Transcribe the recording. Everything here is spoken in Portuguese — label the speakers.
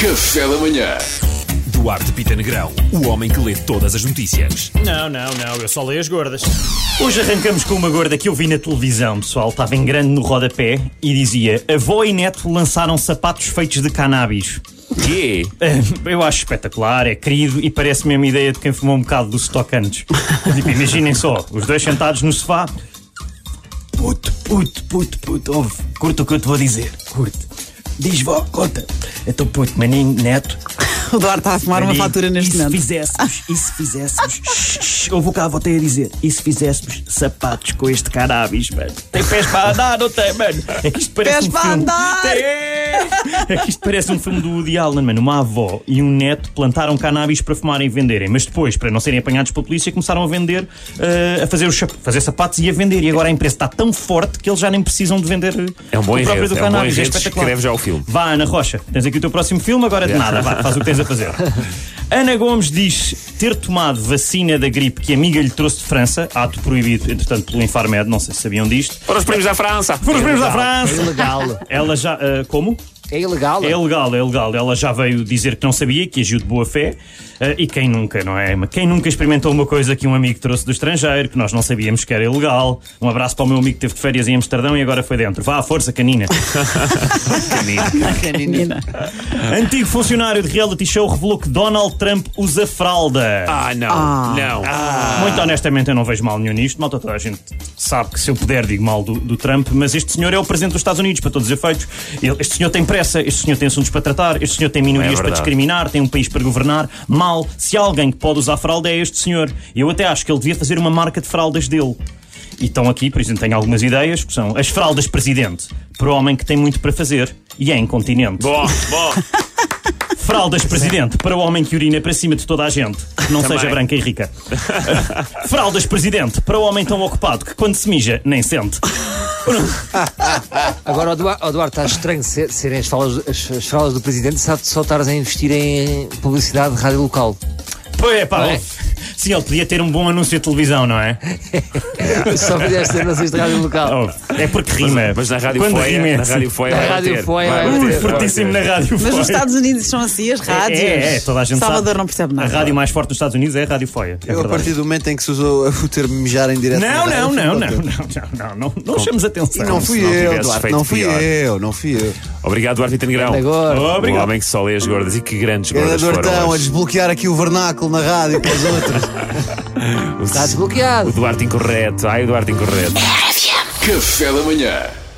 Speaker 1: Café da Manhã.
Speaker 2: Duarte Pita Negrão, o homem que lê todas as notícias.
Speaker 3: Não, não, não, eu só leio as gordas. Hoje arrancamos com uma gorda que eu vi na televisão, pessoal. Estava em grande no rodapé e dizia: Avó e neto lançaram sapatos feitos de cannabis.
Speaker 2: Quê?
Speaker 3: Eh, Eu acho espetacular, é querido e parece mesmo a ideia de quem fumou um bocado do stock antes. Tipo, imaginem só, os dois sentados no sofá.
Speaker 4: Puto, puto, puto, puto, ouve, curta o que eu te vou dizer, curte. Diz vó, conta. Então, puto, maninho, neto.
Speaker 5: O Duarte está a fumar uma
Speaker 4: maninho,
Speaker 5: fatura
Speaker 4: e
Speaker 5: neste
Speaker 4: se
Speaker 5: momento.
Speaker 4: fizéssemos, e se fizéssemos, shh, shh, ouve o que a avó tem a dizer, e se fizéssemos sapatos com este cannabis, mano? Tem pés para andar, não tem, mano?
Speaker 3: É que isto parece
Speaker 5: Pés
Speaker 3: um
Speaker 5: para
Speaker 3: filme.
Speaker 5: andar!
Speaker 3: É que isto parece um filme do Woody Allen, mano. Uma avó e um neto plantaram cannabis para fumarem e venderem, mas depois, para não serem apanhados pela polícia, começaram a vender, eh, a fazer, os chap- fazer sapatos e a vender. E agora a empresa está tão forte que eles já nem precisam de vender eh,
Speaker 2: É um bom
Speaker 3: o próprio
Speaker 2: enredo,
Speaker 3: do
Speaker 2: é um bom
Speaker 3: cannabis.
Speaker 2: enredo,
Speaker 3: espetacular.
Speaker 2: escreve já o filme.
Speaker 3: Vá, Ana Rocha, tens aqui o teu próximo filme, agora de nada, vá, faz o que tens a fazer. Ana Gomes diz ter tomado vacina da gripe que a amiga lhe trouxe de França, ato proibido, entretanto, pelo Infarmed, não sei se sabiam disto.
Speaker 2: Para os primos da França.
Speaker 3: Foram os primeiros da
Speaker 6: É
Speaker 3: França!
Speaker 6: ilegal.
Speaker 3: Ela já. ah, como?
Speaker 6: É ilegal.
Speaker 3: É legal, é legal. Ela já veio dizer que não sabia, que agiu de boa fé. Ah, e quem nunca, não é? Mas Quem nunca experimentou uma coisa que um amigo trouxe do estrangeiro, que nós não sabíamos que era ilegal. Um abraço para o meu amigo que teve de férias em Amsterdão e agora foi dentro. Vá à força, canina.
Speaker 5: Menina.
Speaker 3: Antigo funcionário de reality show revelou que Donald Trump usa fralda.
Speaker 2: Ah, não, não.
Speaker 3: Muito honestamente, eu não vejo mal nenhum nisto. Malta, toda a gente sabe que se eu puder, digo mal do, do Trump, mas este senhor é o presidente dos Estados Unidos, para todos os efeitos. Ele- este senhor tem pressa, este senhor tem assuntos para tratar, este senhor tem minorias para
Speaker 2: verdade.
Speaker 3: discriminar, tem um país para governar. Mal, se há alguém que pode usar fralda, é este senhor. Eu até acho que ele devia fazer uma marca de fraldas dele. E estão aqui, por exemplo, tenho algumas ideias, que são as fraldas presidente, para o homem que tem muito para fazer e é incontinente.
Speaker 2: Bom, bom.
Speaker 3: Fraldas Presidente, para o homem que urina é para cima de toda a gente, que não
Speaker 2: Também.
Speaker 3: seja branca e rica. Fraldas Presidente, para o homem tão ocupado que quando se mija, nem sente.
Speaker 6: Agora, ó Duarte, ó Duarte, está estranho ser- serem as falas, as, as falas do presidente só só estares a investir em publicidade de rádio local.
Speaker 3: Pô, é pá,
Speaker 6: Não é?
Speaker 3: ó, sim, ele podia ter um bom anúncio de televisão, não é?
Speaker 6: Só fizeste anúncios de rádio local.
Speaker 3: Ó, é porque rima.
Speaker 2: Mas na rádio
Speaker 3: quando
Speaker 2: foi.
Speaker 3: rima é
Speaker 2: Na
Speaker 3: assim.
Speaker 2: rádio foi.
Speaker 6: Na
Speaker 2: vai
Speaker 6: rádio
Speaker 2: bater,
Speaker 6: foi,
Speaker 2: vai
Speaker 6: vai
Speaker 2: bater,
Speaker 6: bater.
Speaker 2: vai
Speaker 3: Fortíssimo na
Speaker 2: bater.
Speaker 3: rádio
Speaker 5: Mas
Speaker 3: foi.
Speaker 5: nos Estados Unidos são assim as rádios.
Speaker 3: É, é, é, toda a gente
Speaker 5: Salvador
Speaker 3: sabe.
Speaker 5: não percebe nada.
Speaker 3: A rádio mais forte dos Estados Unidos é a Rádio Foia. É
Speaker 7: Eu, a
Speaker 3: verdade.
Speaker 7: partir do momento em que se usou o termo mijar em direto.
Speaker 3: Não,
Speaker 7: na rádio,
Speaker 3: não, não, não,
Speaker 7: fui
Speaker 3: não,
Speaker 7: contente.
Speaker 3: não, não, não, não chamemos atenção.
Speaker 7: E não fui
Speaker 2: Se não
Speaker 7: eu,
Speaker 2: tivesses
Speaker 7: Duarte,
Speaker 2: feito
Speaker 7: não fui
Speaker 2: pior.
Speaker 7: eu, não fui eu.
Speaker 2: Obrigado, Duarte Pita Negrão.
Speaker 6: Grande gordo. tá
Speaker 2: O
Speaker 3: Obrigado.
Speaker 2: homem que só lê as gordas e que grandes
Speaker 7: Cada
Speaker 2: gordas foram.
Speaker 7: Dortão a
Speaker 2: hoje.
Speaker 7: desbloquear aqui o vernáculo na rádio com os outros.
Speaker 6: Está
Speaker 2: O
Speaker 6: desbloqueado.
Speaker 2: Duarte incorreto. Ai, o Duarte incorreto.
Speaker 1: Café da Manhã.